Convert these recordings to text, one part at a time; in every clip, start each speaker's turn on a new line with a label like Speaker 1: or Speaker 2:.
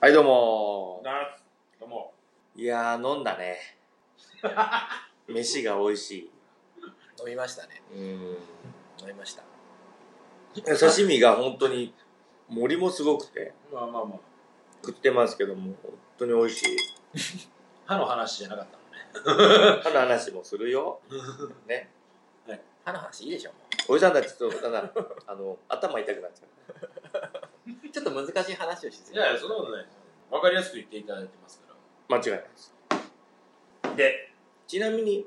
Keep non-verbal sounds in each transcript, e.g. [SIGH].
Speaker 1: はい、どうも
Speaker 2: なあどうも。
Speaker 1: いやー、飲んだ
Speaker 3: [LAUGHS]
Speaker 1: ね。飯が美味し
Speaker 3: 飲みましたね
Speaker 1: い。うん。
Speaker 3: 飲みました
Speaker 1: 刺身が本当に、森もすごくて、
Speaker 2: まあまあまあ。
Speaker 1: 食ってますけども、本当に美味しい。
Speaker 2: 歯の話じゃなかったのね。
Speaker 1: 歯の話もする
Speaker 3: [LAUGHS]
Speaker 1: よ。ね。
Speaker 3: 歯の話いいでしょも
Speaker 1: おじさんたちと、ただ、 [LAUGHS] あの、頭痛くなっちゃう。
Speaker 3: うちょっと難しい話をしす
Speaker 2: い
Speaker 3: ぎた
Speaker 2: やいや、そんなことないですよ。わかりやすく言っていただいてますか
Speaker 1: 間違いないです。で、ちなみに、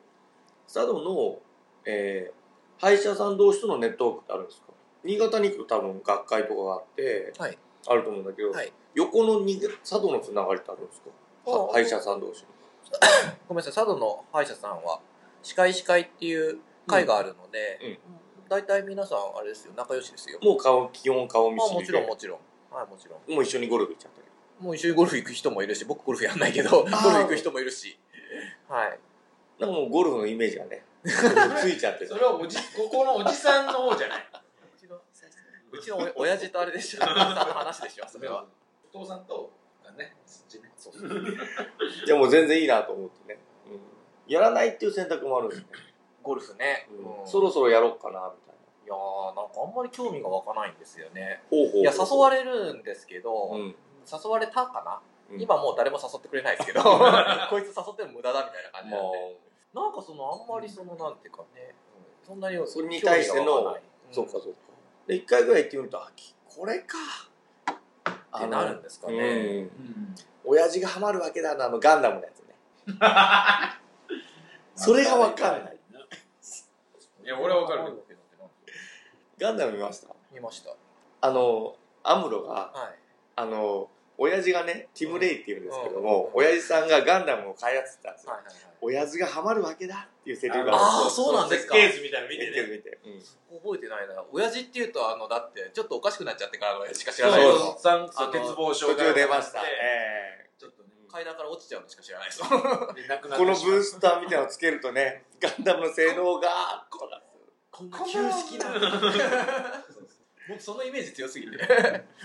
Speaker 1: 佐渡の、えー、歯医者さん同士とのネットワークってあるんですか新潟に行くと多分学会とかがあって、
Speaker 3: はい
Speaker 1: あると思うんだけど、
Speaker 3: はい
Speaker 1: 横のに佐渡のつながりってあるんですかは歯医者さん同士の。
Speaker 3: ごめんなさい佐渡の歯医者さんは歯科医師会っていう会があるの
Speaker 1: うんうん
Speaker 3: で、大体皆さんあれですよ仲良しですよ
Speaker 1: もう顔、基本顔見
Speaker 3: まあ
Speaker 1: 知
Speaker 3: も
Speaker 1: り
Speaker 3: ち
Speaker 1: で
Speaker 3: ろんもちろんはいもちろん
Speaker 1: もう一緒にゴルフ行っちゃったり。
Speaker 3: もう一緒にゴルフ行く人もいるし僕ゴルフやんないけど [LAUGHS] ゴルフ行く人もいるしはい
Speaker 1: なんかもうゴルフのイメージがね、 [LAUGHS] ついちゃって
Speaker 2: ら。
Speaker 1: る
Speaker 2: それはおじ、 [LAUGHS] ここのおじさんの方じゃない。
Speaker 3: うちの [LAUGHS] うちの [LAUGHS] お親父とあれでしょお母さんの話でしょそれは。
Speaker 2: お父さんと、がね、そっちね。
Speaker 3: [LAUGHS] そう
Speaker 1: いやもう全然いいなと思ってね。うんやらないっていう選択もあるんですね。
Speaker 3: ゴルフね、
Speaker 1: うん
Speaker 3: そ
Speaker 1: そろそろやろうかな、みたいな。
Speaker 3: いやーなんかあんまり興味が湧かないんですよね
Speaker 1: ほうほう
Speaker 3: いや誘われるんですけど、
Speaker 1: うん。
Speaker 3: 誘われたかな、
Speaker 1: うん
Speaker 3: 今もう誰も誘ってくれない [LAUGHS] ですけどこいつ誘っても無駄だみたいな感じ
Speaker 1: ま
Speaker 3: な
Speaker 1: あ
Speaker 3: んで、なんかそのあんまりそのなんていうかね、そんなに
Speaker 1: それに対しての
Speaker 3: 興味が湧かない
Speaker 1: そうか
Speaker 3: う
Speaker 1: そ
Speaker 3: ん
Speaker 1: うか。で、一回ぐらい行ってみると、あ、きこれか。
Speaker 3: ってなるんですかね、
Speaker 1: うん。
Speaker 2: うん。
Speaker 1: 親父がハマるわけだな、あのガンダムのやつね。それがわかんない。
Speaker 2: いや俺はわかるけど
Speaker 1: ガンダム見ました
Speaker 3: 見ました
Speaker 1: あの、アムロが、
Speaker 3: はい
Speaker 1: あの、親父がね、ティム・レイって言うんですけど
Speaker 3: うん
Speaker 1: も
Speaker 3: う、ん
Speaker 1: 親父さんがガンダムを開発してたんですよ
Speaker 3: は。いはいはい
Speaker 1: 親父がハマるわけだっていうセリフが
Speaker 3: あーそうなんですか
Speaker 2: 設計図みたいなの見
Speaker 1: 見て
Speaker 2: てね。
Speaker 1: る見てる。うん
Speaker 3: 覚えてないな親父っていうとあのだってちょっとおかしくなっちゃってからの親父しか知
Speaker 2: そう
Speaker 3: らないです
Speaker 1: そう
Speaker 2: そう、三
Speaker 3: あの
Speaker 2: 鉄棒症
Speaker 1: 途中出ました。
Speaker 2: で
Speaker 1: え
Speaker 2: ちょっとね、
Speaker 3: 階段から落ちちゃうのしか知ら
Speaker 2: [LAUGHS]
Speaker 3: ないです
Speaker 2: でなく
Speaker 1: え
Speaker 2: なっ
Speaker 1: こ
Speaker 2: て
Speaker 1: の
Speaker 2: しま
Speaker 1: ブ
Speaker 2: う
Speaker 1: ースターみたいなのつけるとね、ガンダムの性能が、とか
Speaker 3: こんな旧式な僕そのイメージ強すぎて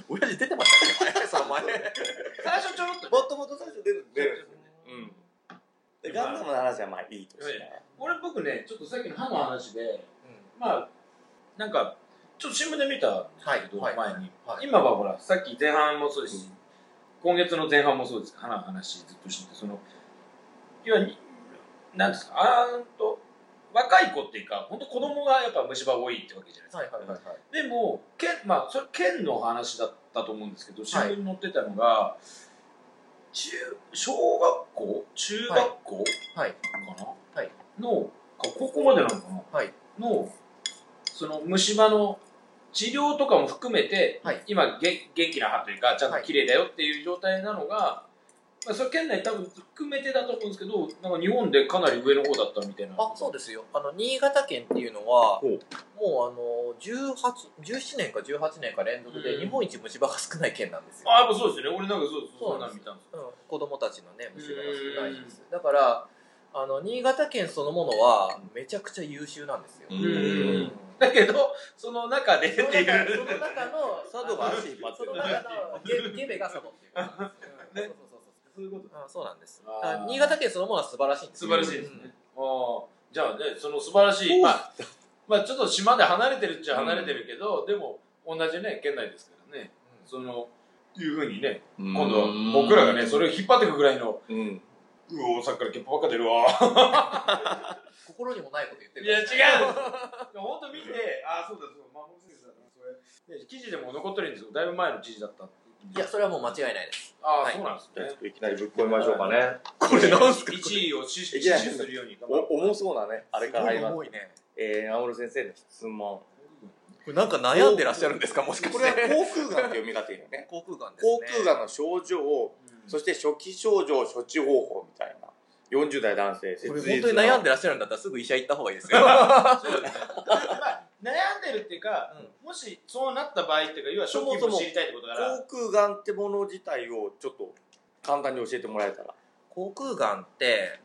Speaker 3: 親父出てましたね [LAUGHS] その前
Speaker 2: 最初ちょろっとね。
Speaker 1: もともと最初出る出るんですよね。うん。でガンダムの話はまあいいとしてね。
Speaker 2: 俺僕ね、ちょっとさっきの歯の話で、まあ、なんか、ちょっと新聞で見たんですけど、
Speaker 3: はい
Speaker 2: 前に、
Speaker 3: はい
Speaker 2: 今はほら、さっき前半もそうですし、
Speaker 1: うん
Speaker 2: 今月の前半もそうですけど、花の話ずっとしてて、その、要はに、なんですか、あーんと、若い子っていうか、本当子供がやっぱ虫歯多いってわけじゃないですか。
Speaker 3: はいはいはいはい
Speaker 2: でも、県、まあ、それ県の話だったと思うんですけど、新聞に載ってたのが、中、小学校中学校、
Speaker 3: はい
Speaker 2: かな、
Speaker 3: はい
Speaker 2: のか高校までなのかな、
Speaker 3: はい
Speaker 2: のその虫歯の治療とかも含めて、
Speaker 3: はい
Speaker 2: 今げ元気な歯というかちゃんと綺麗だよっていう状態なのが、まあ、それ県内多分含めてだと思うんですけどなんか日本でかなり上の方だったみたいな
Speaker 3: あそうですよあの新潟県っていうのは
Speaker 1: ほう
Speaker 3: もうあの18 17年か18年か連続で
Speaker 2: うん
Speaker 3: 日本一虫歯が少ない県なんですよ、
Speaker 2: あやっぱそうですよね俺なんかそうです
Speaker 3: そ
Speaker 2: そ
Speaker 3: うんな
Speaker 2: なんん見
Speaker 3: です
Speaker 2: たんです
Speaker 3: うん子供たちのね虫歯が少ないんですだからあの新潟県そのものはめちゃくちゃ優秀なんですよ、
Speaker 1: う
Speaker 2: うんんだけどその中でって
Speaker 3: その中
Speaker 2: い
Speaker 3: そうの中の
Speaker 1: 佐渡が足引っ張って
Speaker 3: そ
Speaker 1: る
Speaker 3: の
Speaker 1: ね
Speaker 3: 中のゲゲベが佐渡っていうか、うんそうそうそうそう
Speaker 2: そういうこと
Speaker 3: あそうなんです
Speaker 2: あー
Speaker 3: だから新潟県そのものは素晴らしいんです
Speaker 2: 素
Speaker 3: よ
Speaker 2: 晴らしいですね、ああじゃあねその素晴らしいまあまあちょっと島で離れてるっちゃ離れてるけど、でも同じね県内ですからね
Speaker 3: うん
Speaker 2: そのいうふうにね
Speaker 1: 今
Speaker 2: 今度は僕らがねそれを引っ張っていくぐらいの
Speaker 1: うん。
Speaker 2: うおさっきからゲップばっか出るわ
Speaker 3: 心にもないこと言ってる
Speaker 2: いや違う本当見てああそうだそうだ孫先生だなそれ、ね、記事でも残ってるんですよだいぶ前の記事だった
Speaker 3: いやそれはもう間違いないです
Speaker 2: ああ、
Speaker 3: はい
Speaker 2: そうなんです
Speaker 1: じゃあちょ
Speaker 2: ね
Speaker 1: っといきなりぶっ込みましょうかね。
Speaker 3: これなんす
Speaker 2: 1位を死守
Speaker 1: いけない
Speaker 2: するように頑張ろう
Speaker 1: お重そうなね、あれから入ります。
Speaker 3: ごい重いね
Speaker 1: えー、アムロ先生の質問。
Speaker 3: これなんか悩んでらっしゃるんですかもしか
Speaker 1: こ
Speaker 3: し
Speaker 1: れは
Speaker 3: て
Speaker 1: 航空がんって読み方いいよね。
Speaker 3: 航空眼です
Speaker 1: 航
Speaker 3: ね
Speaker 1: 空がんの症状を、
Speaker 2: うん
Speaker 1: そして初期症状、処置方法みたいな。40代男性、
Speaker 3: これ本当に悩ん
Speaker 1: で。
Speaker 3: でらっしゃるんだったらすぐ医者行った方がいいですよ、
Speaker 2: そうですねまあ悩んでるっていうかもしそうなった場合っていうか要は初期
Speaker 1: そもそ
Speaker 2: も
Speaker 1: も
Speaker 2: 知りたいってことだから
Speaker 1: 航空がんってもの自体をちょっと簡単に教えてもらえたら。
Speaker 3: 航空眼って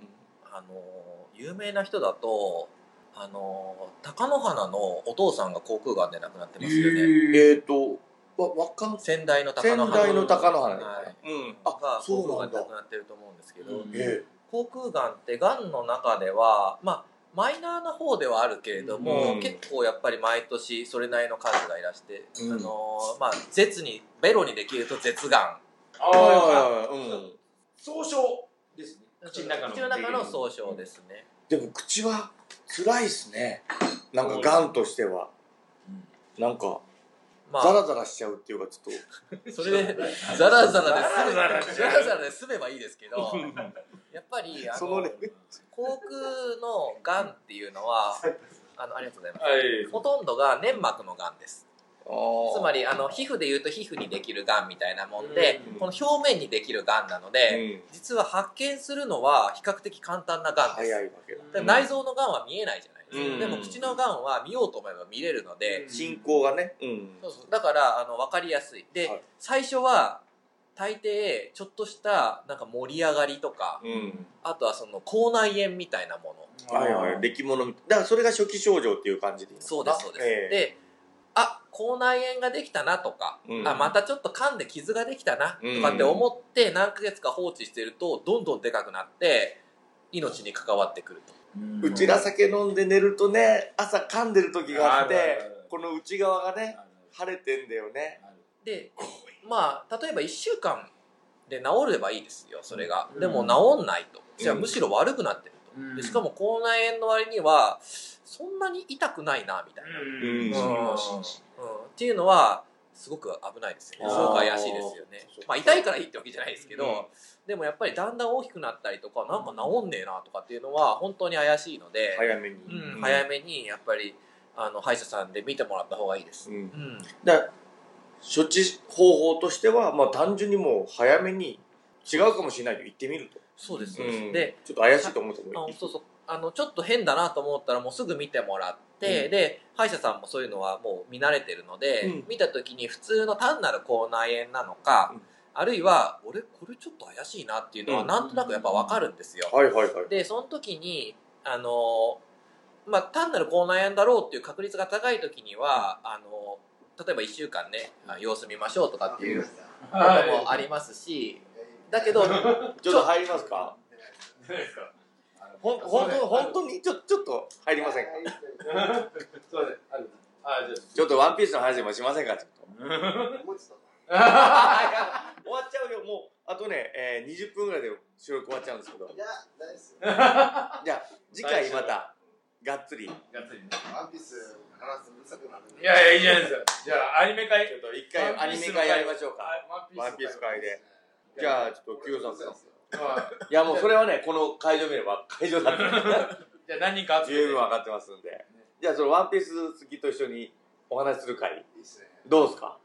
Speaker 3: あの有名な人だとあの貴乃花のお父さんが航空眼で亡くなってますよね
Speaker 1: えーと、わ、わかん、
Speaker 3: 仙台の
Speaker 1: 仙
Speaker 3: 鷹の花
Speaker 1: 台の鷹の花ですか
Speaker 3: は
Speaker 1: ら
Speaker 3: い
Speaker 1: うん。あ
Speaker 3: が、
Speaker 1: そ
Speaker 3: 口
Speaker 1: う
Speaker 3: 腔
Speaker 1: な
Speaker 3: が
Speaker 1: ん
Speaker 3: ん
Speaker 1: だ
Speaker 3: な。くなってると思うんですけど、
Speaker 4: うん
Speaker 1: え
Speaker 3: 口腔がんってがんの中ではまあマイナーな方ではあるけれども、
Speaker 1: うん
Speaker 3: 結構やっぱり毎年それなりの数がいらして、
Speaker 1: うん
Speaker 3: あのーまあ絶にベロにできると絶がん
Speaker 4: あ
Speaker 1: え。
Speaker 4: あ
Speaker 1: はい、うん。
Speaker 4: 総称ですね口の中の
Speaker 3: 口の中の総称ですね、
Speaker 1: でも口は辛いっすね。なんか癌としては。
Speaker 4: うん
Speaker 1: なんか、
Speaker 3: ま
Speaker 1: ザ
Speaker 3: あ
Speaker 1: ラザラしちゃうっていうか、ちょっ
Speaker 3: それでザラザラで
Speaker 4: ザラザラし
Speaker 3: す
Speaker 4: ち
Speaker 3: ザ
Speaker 4: ゃう
Speaker 3: ラザラで済めばいいですけどやっぱりあ
Speaker 1: と、
Speaker 3: の
Speaker 1: そのレベル。
Speaker 3: 口腔のがんっていうのはあのありがとうございます
Speaker 4: はい
Speaker 3: ほとんどが粘膜のがんです
Speaker 1: つ
Speaker 3: つまりあの皮膚でいうと皮膚にできるがんみたいなもんで、
Speaker 1: うん
Speaker 3: この表面にできるがんなので、実は発見するのは比較的簡単ながんです、
Speaker 1: 早いわけだ。
Speaker 3: でも内臓のがんは見えないじゃないですか、
Speaker 1: うん
Speaker 3: でも口のがんは見ようと思えば見れるので、
Speaker 1: 進行がね。うん。
Speaker 3: そうそうだからあの分かりやすいで、
Speaker 1: はい
Speaker 3: 最初は大抵ちょっとしたなんか盛り上がりとか、
Speaker 1: うん。
Speaker 3: あとはその口内炎みたいなもの
Speaker 1: はいはい。出来物みたい。だからそれが初期症状っていう感じでいいのかな
Speaker 3: そうですそうです、
Speaker 1: ええ
Speaker 3: であ口内炎ができたなとか、
Speaker 1: うん
Speaker 3: あまたちょっと噛んで傷ができたな
Speaker 1: うん
Speaker 3: とかって思って何ヶ月か放置してるとどんどんでかくなって命に関わってくると
Speaker 1: うちら酒飲んで寝るとね、朝噛んでる時があっ
Speaker 4: あるある
Speaker 1: て
Speaker 4: ある、
Speaker 1: この内側がね、
Speaker 4: あ
Speaker 1: 腫れてんだよね。
Speaker 3: でまあ例えば1週間で治ればいいですよそれが、
Speaker 4: うん
Speaker 3: でも治んないとじゃあ
Speaker 1: うん
Speaker 3: むしろ悪くなってると、
Speaker 4: る
Speaker 3: でしかも口内炎の割にはそんなに痛くないなみたいな、
Speaker 1: うん
Speaker 4: うん
Speaker 3: うんっていうのはすごく危ないですよね
Speaker 1: あー
Speaker 3: すごく怪しいですよね
Speaker 1: そうそう
Speaker 3: まあ、痛いからいいってわけじゃないですけど、
Speaker 1: うん
Speaker 3: でもやっぱりだんだん大きくなったりとかなんか治んねえなとかっていうのは本当に怪しいので、
Speaker 1: 早めに。
Speaker 3: うん
Speaker 1: うん
Speaker 3: 早めにやっぱりあの歯医者さんで見てもらった方がいいです、
Speaker 1: うん
Speaker 3: う。ん
Speaker 1: だから処置方法としては、まあ単純にもう早めに、違うかもしれないと言ってみると。
Speaker 3: そうですそう
Speaker 1: う
Speaker 3: です、
Speaker 1: ん
Speaker 3: で
Speaker 1: ちょっと怪しいと思うと
Speaker 3: あ
Speaker 1: 思う。
Speaker 3: そうそうあのちょっと変だなと思ったらもうすぐ見てもらって、
Speaker 1: うん
Speaker 3: で歯医者さんもそういうのはもう見慣れてるので、
Speaker 1: うん
Speaker 3: 見た時に普通の単なる口内炎なのか、
Speaker 1: うん
Speaker 3: あるいは俺これちょっと怪しいなっていうのは
Speaker 1: うん
Speaker 3: なんとなくやっぱ分かるんですよ。
Speaker 1: はいはいはい。
Speaker 3: でその時にあのまあ単なる口内炎だろうっていう確率が高い時にはあの例えば1週間ねあ様子見ましょうとかっていうこともありますし、だけど
Speaker 1: ちょっと入りますかほん、ほんと、ほんとに、ちょ、ちょっと入りませんか
Speaker 4: すいませんあるあじゃ
Speaker 1: ちょっとワンピースの話もしませんかちょっと。終わっちゃうよ、もう。あとね、えー、20分ぐらいで収録終わっちゃうんですけど。じゃあ、次回また、がっつり。ちょ
Speaker 4: あがっつりねいやいやいいじゃないですかじゃあアニメ会
Speaker 1: っと一回アニメ会やりましょうか。ワンピース会で。じゃあ、ちょっと、キュウさんから。いや、もうそれはね、この会場見れば会場だ [LAUGHS] って、
Speaker 4: じゃあ何人か集めて
Speaker 1: 十分分かってますんで。じゃあ、そのワンピース好きと一緒にお話しする会、どうですか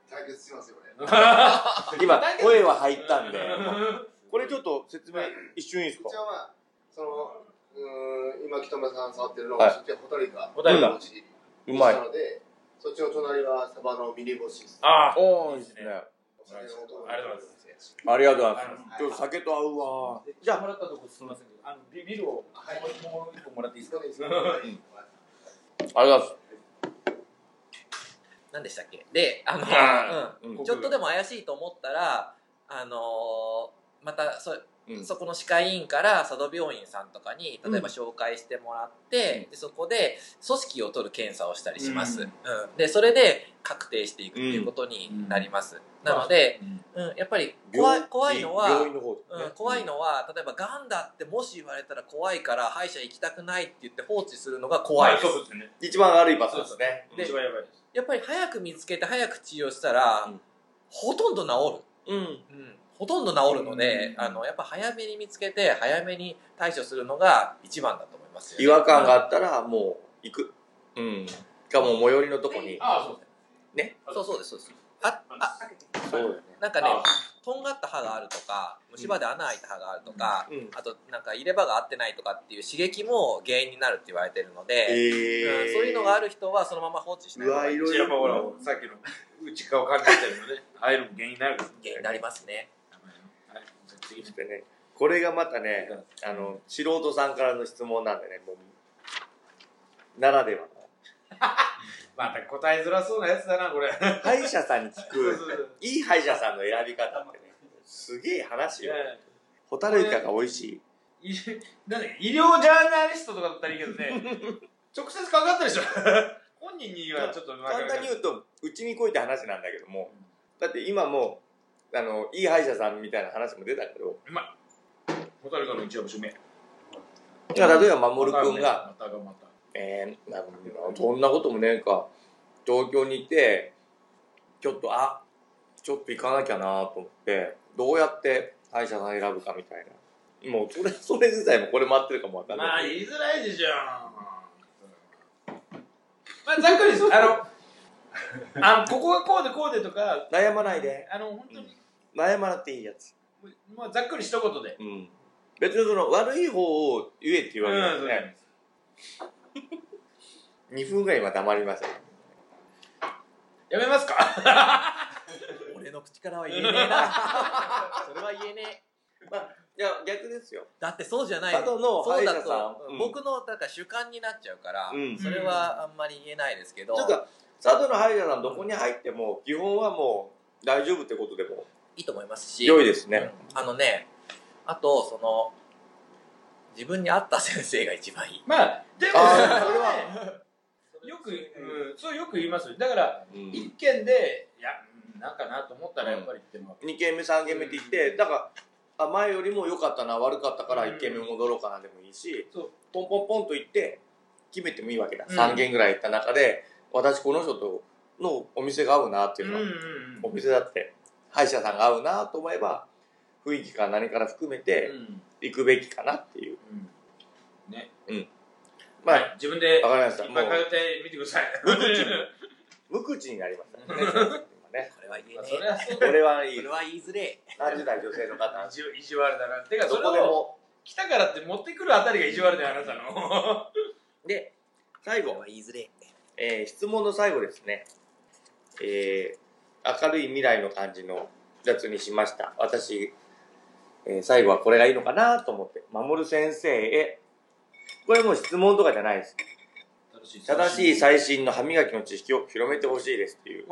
Speaker 1: 今、声は入った [LAUGHS] んで。これちょっと説明一瞬いいですか
Speaker 5: 今北村さん触ってるのが、そっちはホタルイカ。
Speaker 1: ホタルイカ
Speaker 5: の星
Speaker 1: うまい
Speaker 5: な。ので、そっちの隣はサバのミニ干しです。
Speaker 4: ああ
Speaker 1: おー、いいですね。
Speaker 5: お酒の音
Speaker 4: ありがとうござい
Speaker 5: ます。
Speaker 1: ありがとうございます。ちょっと酒と合うわ。じ
Speaker 4: じゃ
Speaker 1: ゃ
Speaker 4: あ
Speaker 1: あ、
Speaker 4: もらったとこすみませんけどあのビビルを
Speaker 5: はい
Speaker 4: もう一個もらっていいですか
Speaker 5: はい
Speaker 1: ありがとう
Speaker 3: 何でしたっけであ
Speaker 4: あ
Speaker 3: の、
Speaker 1: ござい
Speaker 3: うん
Speaker 1: ます。
Speaker 3: ちょっとでも怪しいと思ったらあのーまたそ
Speaker 1: うん
Speaker 3: そこの歯科医院から佐渡病院さんとかに例えば紹介してもらって、でそこで組織を取る検査をしたりしま
Speaker 4: う
Speaker 3: す、うんんでそれで確定していくっていうことになります、なので、うん、やっぱり怖い怖いのは
Speaker 1: 病院の方ですね
Speaker 3: うん、怖いのは例えばがんだってもし言われたら怖いから歯医者行きたくないって言って放置するのが怖いです、
Speaker 4: そうですね
Speaker 1: 一番悪いパターンですね。
Speaker 3: で
Speaker 4: 一番やばいです
Speaker 3: やっぱり早く見つけて早く治療したら、
Speaker 1: うん
Speaker 3: ほとんど治
Speaker 1: う
Speaker 3: る
Speaker 1: ん。
Speaker 3: うんほとんど治るので、
Speaker 4: うん
Speaker 3: あのやっぱ早めに見つけて早めに対処するのが一番だと思いますよ、ね、
Speaker 1: 違和感があったら、もう、行く。うん。かもう最寄りのとこに。
Speaker 4: ああそうです
Speaker 3: そうそうですそうですああ
Speaker 1: そうだよね。
Speaker 3: なんかね
Speaker 4: あ
Speaker 3: とんがった歯があるとか虫歯で穴開いた歯があるとか、
Speaker 1: うん。
Speaker 3: あとなんか入れ歯が合ってないとかっていう刺激も原因になるって言われてるので、
Speaker 1: え
Speaker 3: うんそういうのがある人はそのまま放置しないう方
Speaker 1: わ、
Speaker 3: がい
Speaker 1: い
Speaker 3: い
Speaker 1: ろい
Speaker 4: やっぱほら
Speaker 1: ろ。
Speaker 4: さっきの内側を考えてるのね入る原因になるから
Speaker 3: 原因になりますね
Speaker 4: はいじゃあ次の
Speaker 1: でね、これがまたね、あの、素人さんからの質問なんでね、もう、ならではの。
Speaker 2: また答えづらそうなやつだな、これ。
Speaker 1: 歯医者さんに聞
Speaker 2: そう
Speaker 1: く [LAUGHS]
Speaker 2: そうそう [LAUGHS]
Speaker 1: いい歯医者さんの選び方ってねすげえ話よ
Speaker 2: ね
Speaker 1: ホタルイカが美味しい
Speaker 2: いなんだ医療ジャーナリストとかだったらいいけどね、直接かかったでしょ。 [LAUGHS] 本人にはちょっと
Speaker 1: 簡単に言うとうちに来いって話なんだけどもだって今もうあのいい歯医者さんみたいな話も出たけど
Speaker 2: ホタルイカの一応締め。
Speaker 1: いや例えば守君が、
Speaker 2: またがまた。
Speaker 1: えー、なんそんなこともねえか東京にいてちょっとあちょっと行かなきゃなと思ってどうやって歯医者さん選ぶかみたいなもうそれそれ自体もこれ待ってるかもわかん
Speaker 2: まあ
Speaker 1: ない、
Speaker 2: 言いづらいでしょ。まあざっくりです。あの、あここがこうでこうでとか、
Speaker 1: 悩まないで
Speaker 2: あの本当に、
Speaker 1: 悩まなくていいやつ
Speaker 2: まあざっくり一言で。
Speaker 1: うん別にその悪い方を言えって言われるん
Speaker 2: そう
Speaker 1: で
Speaker 2: です
Speaker 1: ね、2分ぐらい今黙りました
Speaker 2: やめますか。
Speaker 3: 俺の口からは言えねえなそれは言えねえ
Speaker 1: いや逆ですよ
Speaker 3: [LAUGHS] だってそうじゃない
Speaker 1: 佐渡の
Speaker 3: そ
Speaker 1: 歯
Speaker 3: う
Speaker 1: 医
Speaker 3: だ
Speaker 1: 者さ
Speaker 3: と、
Speaker 1: んうん
Speaker 3: 僕のだから主観になっちゃうから、
Speaker 1: うん
Speaker 3: それはあんまり言えないですけど、
Speaker 1: ちょっと佐渡の歯医者さんどこに入っても基本はもう大丈夫ってことでも
Speaker 3: いいと思いますし
Speaker 1: 良いですね、
Speaker 3: あのねあとその自分に合った先生が
Speaker 2: [LAUGHS]
Speaker 3: 一番いい
Speaker 2: まあでもそれ
Speaker 1: あー
Speaker 2: はねよく、うん、そうよく言いますよ。だから
Speaker 1: うん
Speaker 2: 一件でいやうんなんかなと思ったらやっぱりっても。
Speaker 1: 2軒目3軒目って言って、だからあ前よりも良かったな悪かったから1軒目戻ろうかなでもいいし、
Speaker 2: そう
Speaker 1: ポンポンポンと行って決めてもいいわけだ、
Speaker 2: うん
Speaker 1: 3軒ぐらい行った中で私この人とのお店が合うなっていうのは、
Speaker 2: ん
Speaker 1: お店だって歯医者さんが合うなと思えば雰囲気から何から含めて
Speaker 2: うん
Speaker 1: 行くべきかなっていう、
Speaker 2: うんね。
Speaker 1: ま
Speaker 2: はい自分で
Speaker 1: あわかりました
Speaker 2: いっ
Speaker 1: も
Speaker 2: ぱ
Speaker 1: う
Speaker 2: い通ってみてください。
Speaker 1: 無口になりましたね今ね
Speaker 3: これは言
Speaker 2: [LAUGHS] まあ
Speaker 3: え
Speaker 2: そ
Speaker 3: ね
Speaker 2: れはそう
Speaker 1: こ
Speaker 2: だ。
Speaker 1: れはい
Speaker 3: え
Speaker 1: い
Speaker 3: これは言いづれえ
Speaker 1: 30代女性の方
Speaker 2: 意地意地悪だな。てか
Speaker 1: ど
Speaker 2: それ
Speaker 1: こで
Speaker 2: を
Speaker 1: も
Speaker 2: 来たからって持ってくるあたりが意地悪だよあなたの。
Speaker 1: で最
Speaker 3: こ
Speaker 1: 後
Speaker 3: れは言いづれえ
Speaker 1: えー質問の最後ですね、えー明るい未来の感じのやつにしました私、えー最後はこれがいいのかなと思って「守先生へ」これもう質問とかじゃないです正しい最新の歯磨きの知識を広めてほしいですって [LAUGHS] いう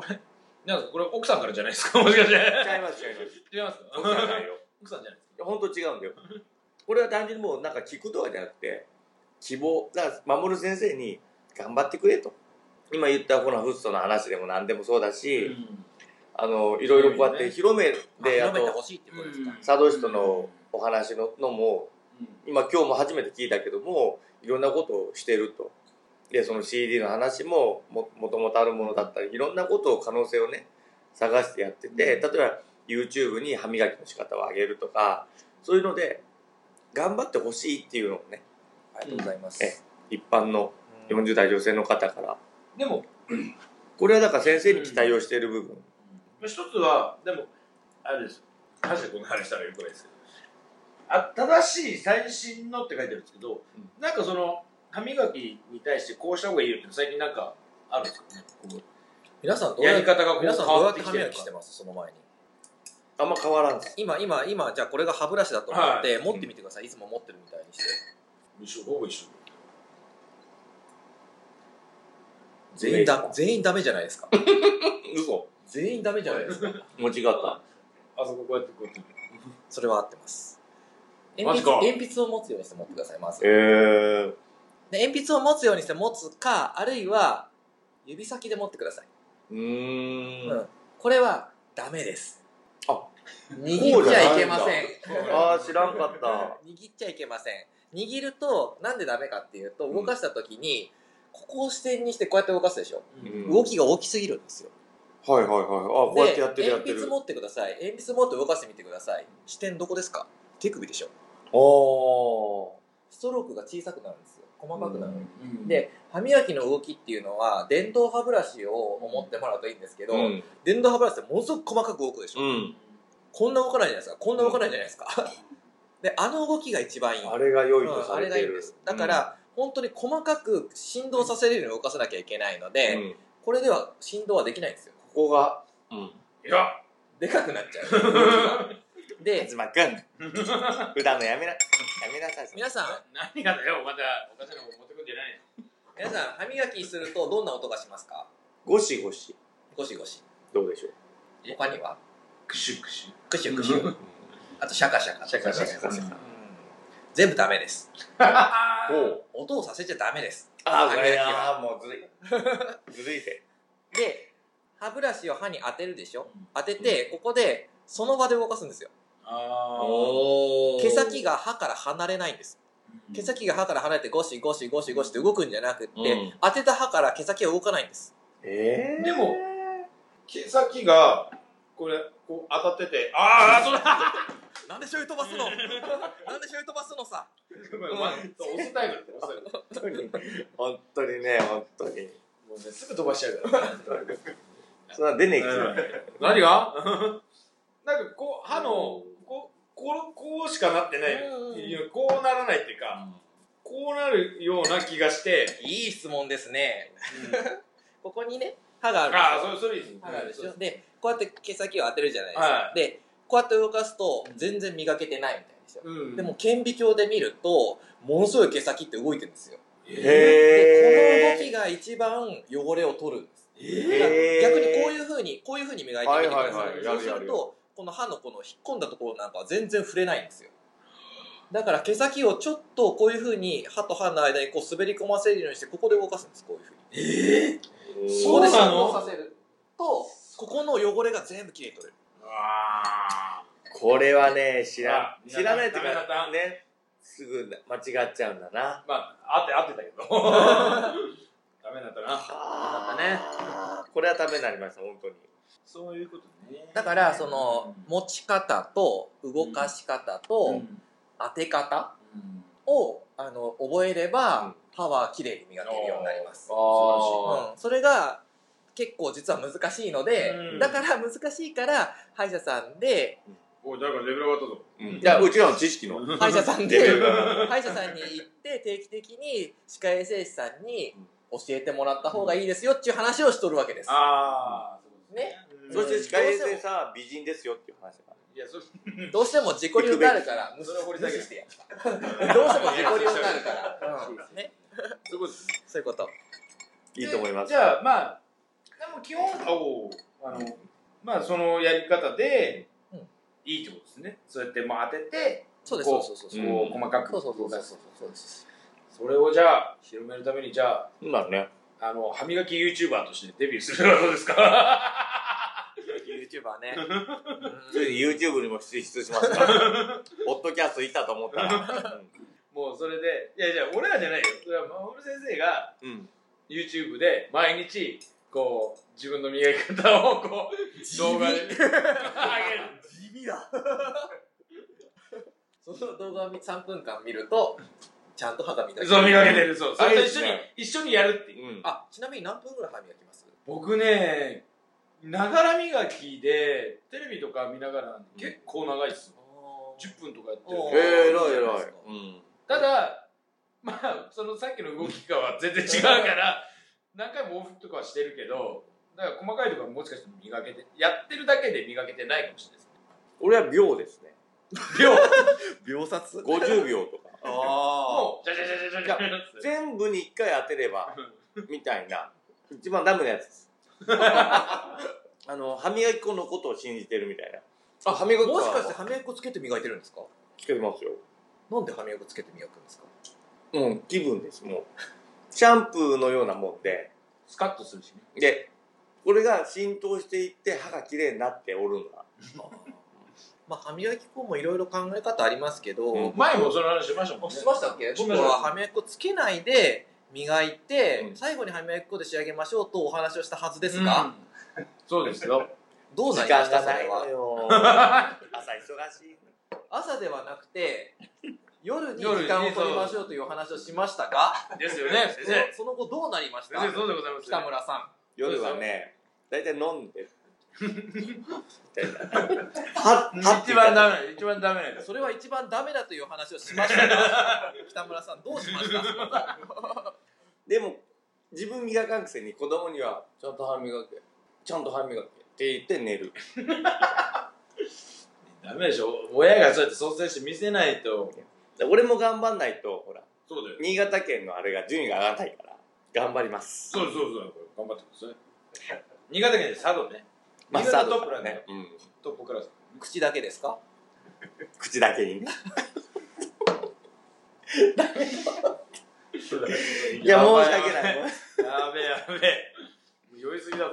Speaker 2: なんかこれ奥さんからじゃないですかもしかして
Speaker 1: ちゃいますちゃいます
Speaker 2: 違います
Speaker 1: そうじゃ
Speaker 2: か
Speaker 1: ないよ
Speaker 2: 奥さんじゃないですか
Speaker 1: 本当違
Speaker 3: [LAUGHS]
Speaker 1: うんだよこれは単純にもうなんか聞くとかじゃなくて希望だから守先生に頑張ってくれと今言ったこのフッ素の話でも何でもそうだし、あのいろいろこうやって広め
Speaker 3: あ
Speaker 1: で、あ
Speaker 3: 広めて
Speaker 1: と
Speaker 3: ほしいってことですか、
Speaker 1: 佐渡市とのお話ののも今今日も初めて聞いたけどもいろんなことをしてるとでその CD の話もももともとあるものだったりいろんなことを可能性をね探してやってて例えば YouTube に歯磨きの仕方を上げるとかそういうので頑張ってほしいっていうのをね
Speaker 3: ありがとうございます、
Speaker 1: え一般の
Speaker 3: うん
Speaker 1: 40代女性の方から
Speaker 2: でも
Speaker 1: これはだから先生に期待をしている部分
Speaker 2: 一つはでもあれです確かにこの話したらよくないですけどあ正しい最新のって書いてあるんですけど、
Speaker 1: う
Speaker 2: なんかその歯磨きに対してこうした方がいいよって最近なんかあるんですかねこ
Speaker 3: 皆さんど
Speaker 2: う
Speaker 3: うや
Speaker 2: や
Speaker 3: っ
Speaker 2: り方がこう変
Speaker 3: 皆さんどうや
Speaker 2: わ
Speaker 3: っ
Speaker 2: っててき
Speaker 3: 歯
Speaker 2: て
Speaker 3: 磨
Speaker 2: る
Speaker 3: きしてますその前に
Speaker 1: あんま変わらんです
Speaker 3: 今今今じゃあこれが歯ブラシだと思って、持ってみてくださいいつも持ってるみたいにして
Speaker 2: 一緒ほぼ一緒
Speaker 3: 全員だ全員ダメじゃないですか
Speaker 1: 嘘
Speaker 3: 全員ダメじゃないですか
Speaker 1: 間違った
Speaker 2: あそここうやってこうやって
Speaker 3: それは合ってます
Speaker 2: マ
Speaker 3: 鉛
Speaker 2: ジか
Speaker 3: 筆鉛筆を持つようにして持ってくださいまず
Speaker 1: えー、
Speaker 3: で鉛筆を持つようにして持つかあるいは指先で持ってください、
Speaker 1: うーん
Speaker 3: うんこれはダメです
Speaker 1: あ
Speaker 3: 握っちゃいけません
Speaker 1: ああ知らんか
Speaker 3: [LAUGHS]
Speaker 1: った
Speaker 3: 握っちゃいけません握るとなんでダメかっていうと動かした時に、ここを支点にしてこうやって動かすでしょ、
Speaker 1: うん
Speaker 3: 動きが大きすぎるんですよ
Speaker 1: はいはいはいあこうやってやってるやって
Speaker 3: 鉛
Speaker 1: る
Speaker 3: 筆持ってください鉛筆持って動かしてみてください視点どこですか手首でしょ
Speaker 1: お
Speaker 3: ストロークが小さくなるんですよ細かくなる、
Speaker 1: うん
Speaker 2: うん
Speaker 3: で歯磨きの動きっていうのは電動歯ブラシを持ってもらうといいんですけど、
Speaker 1: うん
Speaker 3: 電動歯ブラシってものすごく細かく動くでしょ、
Speaker 1: うん
Speaker 3: こんな動かないじゃないですかこんな動かないじゃないですか、 [LAUGHS] であの動きが一番いい
Speaker 1: あれが良い
Speaker 3: うん
Speaker 1: と
Speaker 3: あ
Speaker 1: さ
Speaker 3: れ
Speaker 1: れ
Speaker 3: が
Speaker 1: て
Speaker 3: い
Speaker 1: い
Speaker 3: いんで
Speaker 1: る
Speaker 3: すだから、本当に細かく振動させれるように動かさなきゃいけないので、
Speaker 1: うん
Speaker 3: これでは振動はできないんですよ
Speaker 1: ここがうん
Speaker 2: いや
Speaker 3: でかくなっちゃう動きが
Speaker 1: [LAUGHS]
Speaker 3: で
Speaker 1: 東君普段のやめなやめなさい
Speaker 3: 皆さん
Speaker 2: 何がだよまたおかしなもん持ってくんじゃない
Speaker 3: 皆さん歯磨きするとどんな音がしますか
Speaker 1: ゴシゴシ
Speaker 3: ゴシゴシ。
Speaker 1: どうでしょう
Speaker 4: え
Speaker 3: 他には
Speaker 4: クシュク
Speaker 2: [LAUGHS]
Speaker 4: シ
Speaker 3: クシュクシ
Speaker 1: [LAUGHS]
Speaker 3: ュ。あとシャカシャカ。
Speaker 1: シャカシャカ
Speaker 3: シャカシャ
Speaker 4: う
Speaker 3: カ
Speaker 4: ん。
Speaker 3: 全部ダメです。
Speaker 4: ュ。
Speaker 1: おう
Speaker 3: 音をさせちゃダメです。
Speaker 1: ああ
Speaker 3: 歯
Speaker 1: こ
Speaker 3: 磨き
Speaker 1: れ
Speaker 3: は。
Speaker 1: あーもうずるいずるいで
Speaker 3: で、歯ブラシを歯に当てるでしょ当てて、ここで、その場で動かすんですよ。
Speaker 4: あー
Speaker 1: お
Speaker 3: 毛先が歯から離れないんです。毛先が歯から離れてゴシゴシゴシゴシって動くんじゃなくって、
Speaker 1: うん
Speaker 3: 当てた歯から毛先は動かないんです。
Speaker 1: ええ
Speaker 4: でも
Speaker 2: 毛先がこれこう当たっててああそれ
Speaker 3: なんで醤油飛ばすの [LAUGHS] なんで醤油飛ばすのさ。
Speaker 2: 押すタイプ押すタ
Speaker 1: 本当
Speaker 2: イ
Speaker 1: に本当にね本当に
Speaker 2: プもうねすぐ飛ばしちゃうから
Speaker 1: そんな出ねえけど
Speaker 2: うん何が [LAUGHS] なんかこう歯のこうこうこうしかなってない
Speaker 3: うん
Speaker 2: いやこうならないっていうかこうなるような気がして
Speaker 3: いい質問ですね。 [LAUGHS] ここにね、歯があるでしょ
Speaker 2: ああそれそれいいですね
Speaker 3: 歯があるでしょで、こうやって毛先を当てるじゃないですか。
Speaker 2: は
Speaker 3: で、こうやって動かすと全然磨けてないみたいですよ。
Speaker 2: うん
Speaker 3: でも顕微鏡で見ると、ものすごい毛先って動いてるんですよ。で、この動
Speaker 1: へ
Speaker 3: きが一番汚れを取るんです。
Speaker 1: え
Speaker 3: 逆にこういうふうに、こういうふうに磨いてみてくださ
Speaker 1: は
Speaker 3: い。
Speaker 1: いはいはいやる
Speaker 3: そう
Speaker 1: や
Speaker 3: する
Speaker 1: る
Speaker 3: と、この歯のこの引っ込んだところなんかは全然触れないんですよ。だから毛先をちょっとこういうふうに歯と歯の間にこう滑り込ませるようにして、ここで動かすんです、こういうふうに。
Speaker 1: そ
Speaker 3: ここで
Speaker 2: そうな
Speaker 3: 振
Speaker 2: の
Speaker 3: 動させると、ここの汚れが全部きれいに取れる。
Speaker 2: あ
Speaker 1: これはね知ら
Speaker 2: あ
Speaker 1: 知らないと
Speaker 2: ダメだっ
Speaker 1: か
Speaker 2: た
Speaker 1: ねすぐ間違っちゃうんだな
Speaker 2: ーまあ合って合ってた
Speaker 3: [LAUGHS]
Speaker 2: けどダメだったな
Speaker 1: あ
Speaker 3: ダメだ
Speaker 1: あこれはダメになりました本当に
Speaker 4: そういうことね。
Speaker 3: だから、その、持ち方と、動かし方
Speaker 4: うん、
Speaker 3: と、当て方
Speaker 4: うん
Speaker 3: を、あの、覚えれ
Speaker 1: う
Speaker 3: ば
Speaker 1: ん、
Speaker 3: 歯はきれいに磨けるようになります。
Speaker 1: あ
Speaker 3: うん、それが結構実は難しいので、
Speaker 2: うん
Speaker 3: だから難しいから歯医者さんで
Speaker 2: おいだからレベル上がったぞ
Speaker 1: いやうちらの知識の
Speaker 3: 歯医者さ
Speaker 1: レ
Speaker 3: ん
Speaker 1: ベル
Speaker 3: で
Speaker 1: が
Speaker 3: 歯医者さんに行って定期的に歯科衛生士さんに
Speaker 1: うん
Speaker 3: 教えてもらった方がいいですよっていう話をしとるわけです。
Speaker 2: ああ
Speaker 3: ね、
Speaker 2: うん
Speaker 1: そして司会でさ美人ですよっていう話だ
Speaker 2: いやそれ
Speaker 3: どうしても自己流になるから無視
Speaker 2: それは掘り下げる
Speaker 3: 無視してやどうしても自己流になるから、うんね、
Speaker 2: そういうことです
Speaker 3: そういうこと
Speaker 1: いいと思います
Speaker 2: じゃあまあでも基本おうあのまあそのやり方で
Speaker 3: うん
Speaker 2: いいってことですねそうやってもう当てて
Speaker 3: そうです
Speaker 2: こ
Speaker 3: そうそうそうう
Speaker 2: こう細かく
Speaker 3: そうそうそ
Speaker 2: 動
Speaker 3: うそう
Speaker 2: かす
Speaker 3: そうそうです
Speaker 2: それをじゃあ広めるためにじゃあ
Speaker 1: そうだね
Speaker 2: あの歯磨き YouTuber としてデビューするのはどうですか [LAUGHS]
Speaker 3: YouTuber ね、
Speaker 1: それで YouTube にも出出しますから [LAUGHS] ポッドキャストいたと思ったら
Speaker 2: もうそれでいやいや俺らじゃないよそれは守先生が
Speaker 1: うんうん
Speaker 2: YouTube で毎日こう自分の磨き方をこう動画で上げる
Speaker 3: 地味だ [LAUGHS] その動画を3分間見るとちゃんと歯が磨ける
Speaker 2: そう磨けてるそうそれと一緒
Speaker 1: あ
Speaker 2: に
Speaker 1: いいっす
Speaker 2: 一緒にやるっていう
Speaker 1: うん
Speaker 3: あちなみに何分ぐらい歯磨きます
Speaker 2: 僕ねながら磨きでテレビとか見ながらなんで結構長いっすよ10分とかやってる
Speaker 3: おー
Speaker 1: ええ
Speaker 3: い
Speaker 1: 偉い
Speaker 3: いじゃない
Speaker 1: 偉
Speaker 3: で
Speaker 1: い
Speaker 3: すか
Speaker 1: うん
Speaker 2: ただまあそのさっきの動きかは全然違うから何回も往復とかはしてるけどだから細かいところもしかして磨けてやってるだけで磨けてないかもしれないです
Speaker 1: 俺は秒ですね
Speaker 2: 秒
Speaker 3: 秒殺
Speaker 1: 50秒とか
Speaker 3: あ
Speaker 2: もうじゃじゃじゃじゃじゃじゃって
Speaker 1: [LAUGHS] 全部に1回当てればみたいな一番ダメなやつです [LAUGHS] あの歯磨き粉のことを信じてるみたいなあ歯磨
Speaker 3: あ
Speaker 1: き粉
Speaker 3: もしかして
Speaker 1: は
Speaker 3: 歯磨き粉つけて磨いてるんですか
Speaker 1: つけてますよ
Speaker 3: なんで歯磨き粉つけて磨くんですか
Speaker 1: うん気分ですもうシャンプーのようなもんで
Speaker 2: スカッとするしね
Speaker 1: でこれが浸透していって歯が綺麗になっておるんだ
Speaker 3: まあ歯磨き粉もいろいろ考え方ありますけど、
Speaker 1: うん
Speaker 2: 前もその話しましたもん
Speaker 3: あ
Speaker 2: ね
Speaker 3: しましたっけ
Speaker 2: し
Speaker 3: 僕
Speaker 2: ました
Speaker 3: は歯磨き粉つけないで磨いて、
Speaker 1: うん
Speaker 3: 最後に歯磨き粉で仕上げましょうとお話をしたはずですが、
Speaker 2: うんそうですよ
Speaker 3: どう
Speaker 1: 時
Speaker 3: なりま
Speaker 1: 間
Speaker 3: し
Speaker 1: が
Speaker 3: たそ
Speaker 1: な
Speaker 3: れ
Speaker 1: い
Speaker 3: は
Speaker 1: のよ朝忙しい
Speaker 3: 朝ではなくて夜に時
Speaker 2: 夜に
Speaker 3: 間を取りましょうというお話をしましたが
Speaker 2: ですよね先
Speaker 3: そ
Speaker 2: 生
Speaker 3: のその後どうなりました
Speaker 2: 先生そうでございます
Speaker 3: 北村さ
Speaker 1: 夜はね大体飲んで [LAUGHS] るはは
Speaker 2: 一番ダメな一番ダメなんで
Speaker 3: ん
Speaker 2: す
Speaker 3: それは一番ダメだというお話をしましたが北村さんどうしました
Speaker 1: でも自分磨かんくせに子供にはちゃんと歯磨けちゃんと歯磨けって言って寝る
Speaker 2: ダメでしょ親がそうやって率先して見せないと
Speaker 1: で俺も頑張んないとほら
Speaker 2: そうだよ
Speaker 1: 新潟県のあれが順位が上がらないから頑張ります
Speaker 2: そうそうそう頑張ってください新潟県で佐渡ね。
Speaker 1: まあ、
Speaker 2: 新潟
Speaker 1: サー
Speaker 2: ト
Speaker 1: ド
Speaker 2: ップ
Speaker 1: か
Speaker 2: ラ
Speaker 1: ら
Speaker 2: ン
Speaker 1: ね
Speaker 2: ね。。
Speaker 1: うん。
Speaker 2: トップクラス。。
Speaker 3: 口だけですか
Speaker 1: 口だけに。いや、申し訳ないい。
Speaker 2: やべえやべえ。もう酔いすぎだぞ。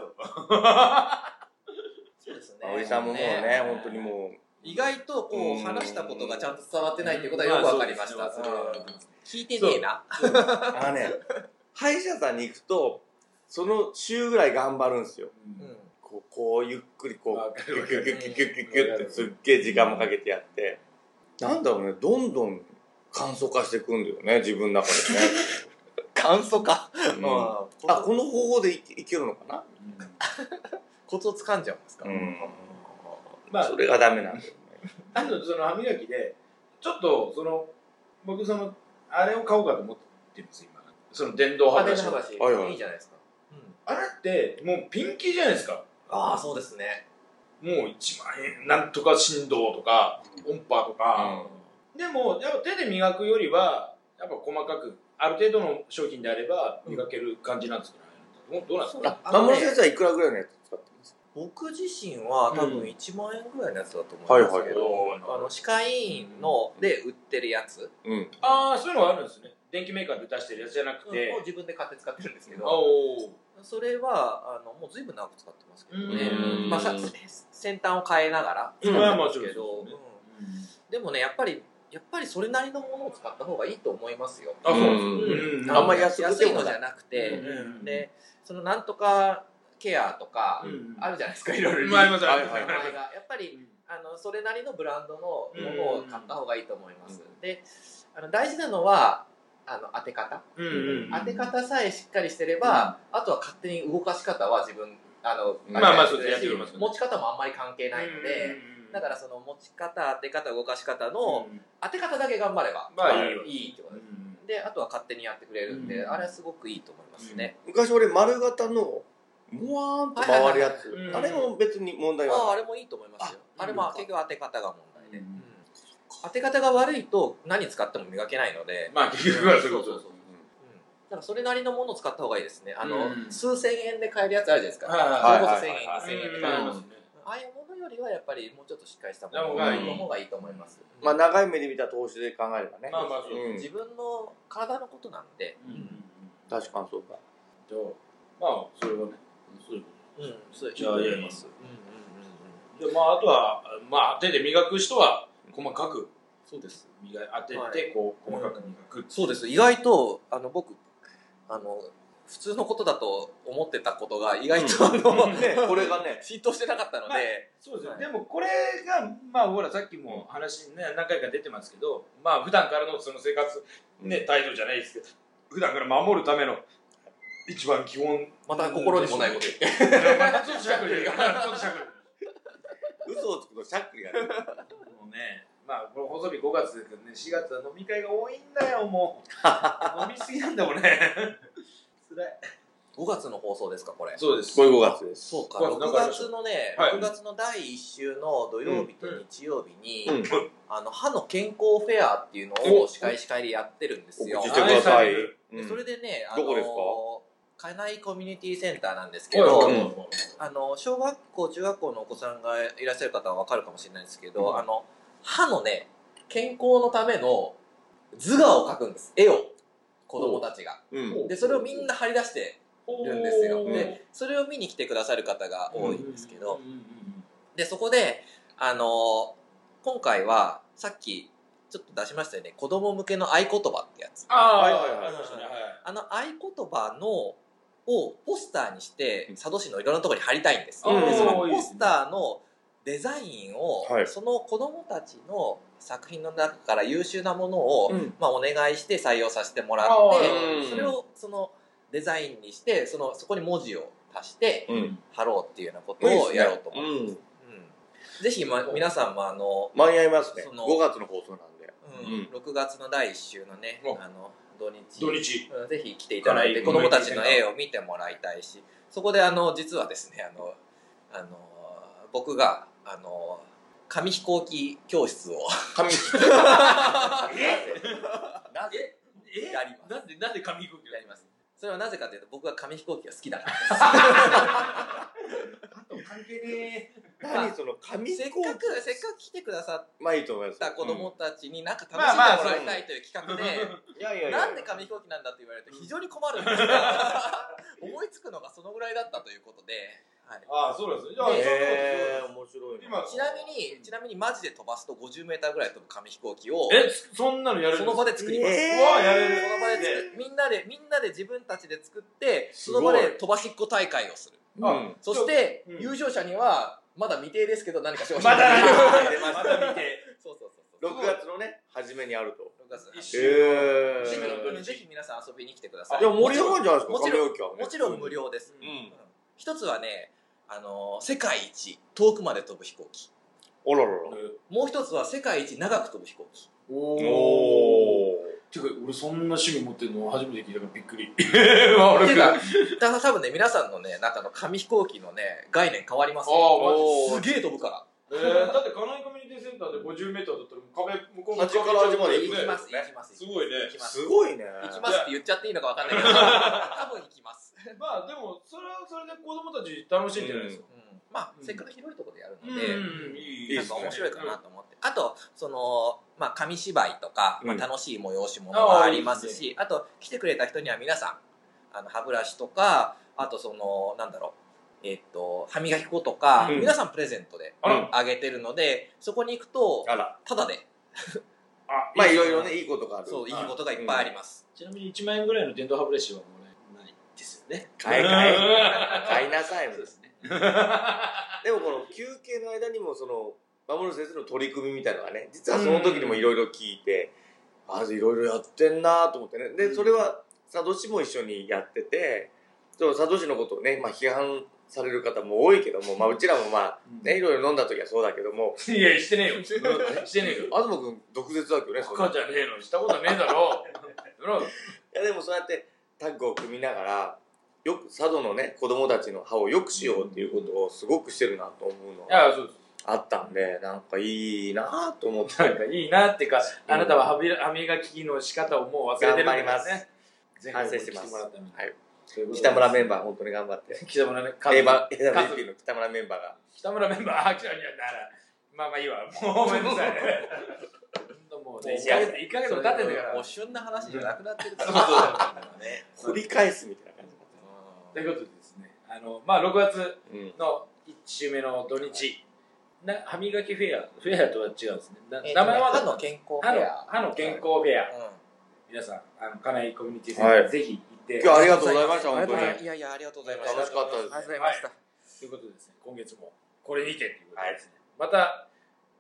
Speaker 3: そうですね
Speaker 1: 葵さんももうね、本当にも
Speaker 3: 意外とこ
Speaker 1: うん
Speaker 3: う話したことがちゃんと伝わってないっていうことはよくわかりました、
Speaker 2: まあそうですね
Speaker 3: 聞いてねえな
Speaker 1: う、あのね、歯医者さんに行くと、その週ぐらい頑張るんですよ。
Speaker 3: うん
Speaker 1: こう、こうゆっくりこう、
Speaker 2: わか
Speaker 1: キ
Speaker 2: る
Speaker 1: ュ
Speaker 2: わ
Speaker 1: ッ
Speaker 2: か
Speaker 1: キュッ
Speaker 2: る
Speaker 1: キュッキュッキュッキュッキュッってすっげえ時間もかけてやって、なんだろうね、どんどん簡素化していくんだよね、自分の中でね。
Speaker 3: 簡素化
Speaker 1: うんあ、
Speaker 3: あ
Speaker 1: この方法でいけいけるのかな
Speaker 3: コツをつかんじゃうんですか、
Speaker 1: うん。
Speaker 2: まあ
Speaker 1: そ、れがダメなんだよね。
Speaker 2: あとその歯磨きで、ちょっとその、僕その、あれを買おうかと思ってるんです、今。その電動歯
Speaker 3: 派
Speaker 2: ブ
Speaker 3: 手
Speaker 2: ラ
Speaker 3: な
Speaker 2: シ。
Speaker 3: 話、
Speaker 1: はいはい
Speaker 3: いじゃないですか、うん
Speaker 2: あれって、もうピンキーじゃないですか。
Speaker 3: ああそうですね
Speaker 2: もう1万円、なんとか振動とか、音波とか。でも、やっぱ手で磨くよりは、やっぱ細かく、ある程度の商品であれば、磨ける感じなんですけど、どうなんですか
Speaker 1: あ、
Speaker 3: あの
Speaker 1: 南
Speaker 3: ね
Speaker 1: 村先生はいくらぐらいのやつ使ってます
Speaker 3: 僕自身は多
Speaker 2: うん
Speaker 3: 分1万円ぐらいのやつだと思うんですけど、
Speaker 2: はいはい
Speaker 3: あの歯科医院ので売ってるやつ
Speaker 1: うん。
Speaker 2: ああ、そういうのがあるんですね。電気メーカーで出してるやつじゃなくて。
Speaker 3: を自分で買って使ってるんですけ
Speaker 2: あ
Speaker 3: ど
Speaker 2: おー
Speaker 3: それはあのもう随分長く使ってますけどね
Speaker 1: うん
Speaker 3: まあ、さ先端を変えながら
Speaker 2: うん
Speaker 3: 使ってますけど、
Speaker 2: まあまあそうですよね
Speaker 3: うんでもねやっぱりやっぱりそれなりのものを使った方がいいと思いますよ。
Speaker 2: あ、そうなんです
Speaker 1: うん
Speaker 2: うん
Speaker 1: あんまり安
Speaker 3: 安
Speaker 1: くても
Speaker 3: いのじゃなくて、
Speaker 2: うん
Speaker 3: でそのなんとかケアとか
Speaker 2: うん
Speaker 3: あるじゃないですか、いろいろ
Speaker 2: うんありますあり
Speaker 3: 名
Speaker 2: ますあり
Speaker 3: 前が
Speaker 2: ます
Speaker 3: やっぱりあのそれなりのブランドのものを買った方がいいと思います。であの大事なのはあの当て方、
Speaker 2: うんうん
Speaker 3: 当て方さえしっかりしてれば、あとは勝手に動かし方は自分あの、
Speaker 1: まあ
Speaker 2: まあ
Speaker 1: ま
Speaker 2: あそうですねやってくれますよね
Speaker 3: 持ち方もあんまり関係ないので、だからその持ち方当て方動かし方の、
Speaker 2: うん
Speaker 3: 当て方だけ頑張れば、
Speaker 2: まあいいよ
Speaker 3: いってことです、であとは勝手にやってくれるんで、
Speaker 2: うん
Speaker 3: あれはすごくいいと思いますね、
Speaker 1: 昔俺丸型のもわーんと回るやつ、
Speaker 2: はいはいはい
Speaker 1: あれも別に問題
Speaker 3: まああ
Speaker 1: は
Speaker 3: れもいいと思いますよ
Speaker 2: あ
Speaker 3: あれも
Speaker 2: うん
Speaker 3: 結局当て方が問題で、
Speaker 2: うん
Speaker 3: うん当て方が悪いと何使っても磨けないので、
Speaker 2: まあ結局はそういうこと
Speaker 3: そうそうそううんだからそれなりのものを使った方がいいですねあの、
Speaker 2: うん
Speaker 3: 数千円で買えるやつあるじゃないですか、
Speaker 2: はい
Speaker 1: はい
Speaker 3: それこ
Speaker 2: う
Speaker 3: そ1000円2000円で
Speaker 2: ん
Speaker 3: 買
Speaker 2: あ
Speaker 3: える、
Speaker 2: り
Speaker 3: あ
Speaker 2: ますね
Speaker 3: あいうものよりはやっぱりもうちょっとしっかりしたも
Speaker 2: な
Speaker 3: の
Speaker 2: ん
Speaker 1: かいい
Speaker 3: の方がいいと思います、
Speaker 1: まあ長い目で見た投資で考えればね、
Speaker 2: まあまあそう
Speaker 1: うん
Speaker 3: 自分の体のことなんで、
Speaker 1: 確かにそうか
Speaker 2: じゃあまあそれはねそういうこ
Speaker 3: うん、そう
Speaker 2: じゃあ
Speaker 3: いいと
Speaker 2: やり
Speaker 3: 思い
Speaker 2: ま
Speaker 3: ますす。うんうんうんうん。
Speaker 2: とでまああとはまあ手で磨く人は細かく
Speaker 3: そうです。
Speaker 2: 磨い当て
Speaker 3: は
Speaker 2: てこう細かく磨く
Speaker 3: そうです。意外とあの僕あの普通のことだと思ってたことが意外とあの、
Speaker 1: ねこれがね
Speaker 3: 浸透してなかったので、
Speaker 2: まあそうですよ
Speaker 3: はい
Speaker 2: でもこれがまあほらさっきも話ね何回か出てますけどまあ普段からのその生活ね態度じゃないですけど普段から守るための一番
Speaker 3: [LAUGHS]
Speaker 2: 基本
Speaker 3: また心にもないこと言って。
Speaker 2: ちょっとしゃく [LAUGHS] りちょっとしゃくり
Speaker 1: 嘘をつくとしゃっくりがね
Speaker 2: もうね、まあ、これ放送日5月ですけどね、4月は飲み会が多いんだよ、も
Speaker 3: [LAUGHS]
Speaker 2: う。飲みすぎなんだ、俺。つらい。
Speaker 3: 5月の放送ですかこれ。
Speaker 2: そうです
Speaker 1: こういう5月です
Speaker 3: そうか。
Speaker 2: 5
Speaker 3: 6
Speaker 2: 月
Speaker 3: 月のね、
Speaker 2: はい
Speaker 3: 6月の第1週の土曜日と日曜日に、
Speaker 1: うん
Speaker 3: あの歯の健康フェアっていうのを司会司会でやってるんですよ
Speaker 1: 告。知してください、
Speaker 3: で
Speaker 1: うん
Speaker 3: それでね、あ
Speaker 1: どこです
Speaker 3: か？家内コミュニティセンターなんですけ
Speaker 2: はい
Speaker 3: ど、
Speaker 2: はい
Speaker 1: うん
Speaker 3: あの小学校中学校のお子さんがいらっしゃる方は分かるかもしれないんですけど、あの歯のね健康のための図画を描くんです絵を子供たちが
Speaker 1: うん
Speaker 3: でそれをみんな貼り出してるんですよでそれを見に来てくださる方が多いんですけど、
Speaker 2: うんうんうん
Speaker 3: でそこであの今回はさっきちょっと出しましたよね子供向けの合言葉ってやつ
Speaker 2: ああ、は
Speaker 1: はいい
Speaker 2: は
Speaker 1: はいい
Speaker 2: は。
Speaker 1: はいい
Speaker 2: ありましたねはい
Speaker 3: あの合言葉のをポスターにして佐渡市のいろんなところに貼りたいんです、
Speaker 1: うん
Speaker 3: でその
Speaker 2: おーいいで
Speaker 3: ポ
Speaker 2: すね
Speaker 3: スターのデザインを、
Speaker 1: はい
Speaker 3: その子どもたちの作品の中から優秀なものを、
Speaker 1: うん
Speaker 3: まあ、お願いして採用させてもらっ
Speaker 2: あ
Speaker 1: ー
Speaker 3: てそれをそのデザインにしてそのそこに文字を足して
Speaker 1: うん
Speaker 3: 貼ろうっていうようなことをやろうと思う、
Speaker 1: うん
Speaker 3: うんぜひ、ま、皆さんもあの、
Speaker 1: 間に合いますね
Speaker 3: その
Speaker 1: 5月の放送なんで
Speaker 3: うん6月の第1週のね
Speaker 2: お
Speaker 3: あの土日
Speaker 2: 土日。
Speaker 3: うんぜひ来ていただいて
Speaker 2: か
Speaker 3: 子
Speaker 2: なり
Speaker 3: 供たちの絵を見てもらいたいしそこであの実はですねあのあの僕があの紙飛行機教室を
Speaker 1: 紙
Speaker 3: や
Speaker 2: え
Speaker 3: ります
Speaker 2: なんで、なんで紙飛行機
Speaker 3: やりますそれはなぜかというと僕は紙飛行機が好きだから
Speaker 2: 関係ね
Speaker 1: [LAUGHS] 何その紙
Speaker 3: せ
Speaker 1: 飛
Speaker 3: っ
Speaker 1: 行機
Speaker 3: かくせっかく来てくださっ
Speaker 1: まあいいと思います
Speaker 3: た子供たちになんか楽
Speaker 2: まあまあ
Speaker 3: しんでもらいたいという企画で、
Speaker 1: いやいやいや
Speaker 3: なんで紙飛行機なんだって言われると非常に困るんで
Speaker 2: [LAUGHS]
Speaker 3: すが思いつくのがそのぐらいだったということで、はい、
Speaker 2: ああそうなんですねじゃあ
Speaker 3: で
Speaker 1: へえ面白いな
Speaker 2: 今
Speaker 3: ちなみにちなみにマジで飛ばすと 50m ぐらい飛ぶ紙飛行機を
Speaker 2: えそんなのやれる
Speaker 3: そ
Speaker 2: んですか
Speaker 3: の場で作ります、
Speaker 1: えー
Speaker 2: うわやれる
Speaker 3: その場で作るみんなでみんなで自分たちで作ってその場
Speaker 2: す
Speaker 3: で
Speaker 2: ご
Speaker 3: 飛ばしっこ大会をする
Speaker 1: うん
Speaker 2: あ
Speaker 3: そして、
Speaker 2: うん
Speaker 3: 優勝者にはまだ未定ですけど何か商品
Speaker 2: まだ何か
Speaker 1: 出ま
Speaker 2: ま
Speaker 1: した
Speaker 2: 見て
Speaker 3: [LAUGHS] そうそうそうそう
Speaker 1: 6月のね初めにあると
Speaker 3: 6月
Speaker 2: 一周
Speaker 1: へ
Speaker 3: ぜ
Speaker 2: ー
Speaker 3: ひぜひ皆さん遊びに来てください
Speaker 1: いや盛り上がるんじゃないですか
Speaker 3: もちろん
Speaker 1: 紙飛行機はね
Speaker 3: もちろん無料です、
Speaker 1: う
Speaker 3: うん
Speaker 1: ん
Speaker 3: 一つはね、あのー世界一遠くまで飛ぶ飛行機
Speaker 1: おららら
Speaker 3: もう一つは世界一長く飛ぶ飛行機
Speaker 2: お
Speaker 1: おお
Speaker 2: てか俺そんな趣味持ってるの初めて聞いたからびっく
Speaker 3: [LAUGHS]
Speaker 2: り
Speaker 3: ってい
Speaker 2: 俺
Speaker 3: うかだから多分ね皆さんのね中の紙飛行機のね概念変わりますよ
Speaker 2: あー
Speaker 1: マ
Speaker 3: すげえ飛ぶから
Speaker 2: えー、だって金井コミュニティセンターで 50m だったらもう壁向こう
Speaker 1: 端から端まで
Speaker 2: 行
Speaker 1: 行
Speaker 2: く
Speaker 1: き
Speaker 2: ね
Speaker 1: ます
Speaker 3: 行きます
Speaker 2: すごいね
Speaker 3: 行きます
Speaker 1: すごいね
Speaker 3: 行きますって言っちゃっていいのかわかん
Speaker 2: [LAUGHS]
Speaker 3: ないけど多分行きます、
Speaker 2: まあでもそれはそれで子供たち楽しいんじゃないですか、
Speaker 3: うんまあ
Speaker 2: うん
Speaker 3: せっかく広いところでやる
Speaker 2: うん
Speaker 3: ので、
Speaker 2: うんい
Speaker 1: いで
Speaker 3: なん
Speaker 1: す
Speaker 3: か
Speaker 1: ね
Speaker 3: 面白いかなと思って。あと、その、まあ、紙芝居とか、まあ、
Speaker 1: うん
Speaker 3: 楽しい催し物がありますし、あと、来てくれた人には皆さん、あの、歯ブラシとか、あと、その、なんだろう、えっと、歯磨き粉とか、
Speaker 1: うん
Speaker 3: 皆さんプレゼントで
Speaker 2: あら
Speaker 3: あげてるので、そこに行くと、
Speaker 1: あら
Speaker 3: ただで、
Speaker 2: あ
Speaker 1: まあいろいろねいいことがある
Speaker 3: そう、いい
Speaker 1: は
Speaker 3: ことがいっぱいあります。
Speaker 2: ちなみに1万円ぐらいの電動歯ブラシはもらえないですよね
Speaker 1: 買え買え
Speaker 2: え
Speaker 1: 買いなさいもん
Speaker 2: す
Speaker 1: [LAUGHS]
Speaker 2: ね
Speaker 1: でもこの休憩の間にもその守る先生の取り組みみたいのがね実はその時にもいろいろ聞いて、あいろいろやってんなと思ってねで、
Speaker 2: うん
Speaker 1: それは佐渡市も一緒にやっててそう佐渡市のことをね、まあ、批判される方も多いけども、まあ、うちらもまあねいろいろ飲んだ時はそうだけども
Speaker 2: いや [LAUGHS] してねえよしてねえ [LAUGHS] よ
Speaker 1: 東君毒舌だけどねそんな
Speaker 2: 赤じゃねえのしたことねえだ [LAUGHS] ろやろう
Speaker 1: いやでもそうやってタッグを組みながらよく佐渡のね子供たちの歯を良くしようっていうことをすごくしてるなと思うの
Speaker 2: い
Speaker 1: が
Speaker 2: やそうです
Speaker 1: あったんでなんかいいなと思って
Speaker 2: なんかいいなっていうか、あなたは歯び歯磨きの仕方をもう忘れてるんだよね
Speaker 1: 頑張ります
Speaker 2: 前回
Speaker 1: 反
Speaker 2: も
Speaker 1: 省してま
Speaker 2: 来
Speaker 1: す。
Speaker 2: もら
Speaker 1: は
Speaker 2: ったみた
Speaker 1: い。
Speaker 2: ということで
Speaker 1: 北村メンバー、本当に頑張って。
Speaker 2: 北村ね
Speaker 1: エバ、エバ
Speaker 2: 家
Speaker 1: BP
Speaker 2: 族
Speaker 1: の北村メンバーが。
Speaker 2: 北村メンバーあきらにはならまあまあいいわもうごめんなさい
Speaker 1: [LAUGHS]
Speaker 2: ほんともうね1ヶ月1ヶ月も経っててから
Speaker 3: もう旬な話じゃなくなっ
Speaker 1: [LAUGHS]
Speaker 3: てるから。
Speaker 2: そうそう
Speaker 3: ね。
Speaker 1: 掘り返すみたいな感
Speaker 2: ということでですねあのまあ6月
Speaker 1: じ。うん。
Speaker 2: の1週目の土日な歯磨きフェアフェアとは違うんですねな
Speaker 3: えっとね
Speaker 2: 名前は
Speaker 3: 歯の健康
Speaker 2: 歯
Speaker 3: フ
Speaker 2: の
Speaker 3: ェア。
Speaker 2: 歯の健康フェア
Speaker 3: うん
Speaker 2: 皆さんあの金井コミュニティセンター
Speaker 1: は
Speaker 2: ぜひ行って
Speaker 1: 今日はありがとうございました、
Speaker 3: あ
Speaker 1: 本
Speaker 3: りが
Speaker 1: 当
Speaker 3: とう
Speaker 1: に
Speaker 3: ご。ざいますいやいや、ありがとうございました。
Speaker 1: 楽しかったです
Speaker 3: ありがとうございました。
Speaker 2: ということでですね、今月もこれにてということですね。また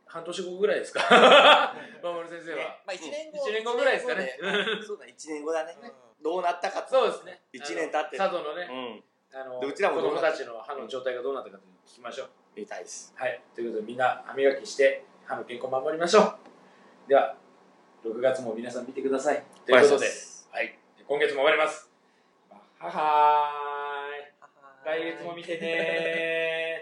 Speaker 2: 半年後ぐらいで
Speaker 1: [LAUGHS]
Speaker 2: すか。まもる先生は。
Speaker 3: まあ、一年後。
Speaker 2: 一年後ぐらいですかね
Speaker 3: 一年後で。
Speaker 1: そうだ、1年後だね。どうなったかと。
Speaker 2: そうですね。
Speaker 1: 一年経って
Speaker 2: 佐渡のね、
Speaker 1: うん。
Speaker 2: あの
Speaker 1: でうちらも
Speaker 2: 子
Speaker 1: どう
Speaker 2: 供
Speaker 1: な
Speaker 2: たちの歯の状態がどうなったかというのを聞きましょう。
Speaker 1: 見たいです。
Speaker 2: はい。ということでみんな歯磨きして歯の健康を守りましょう。では6月も皆さん見てください。ということで、はい。今月も終わります。ははーい。来月も見てねー。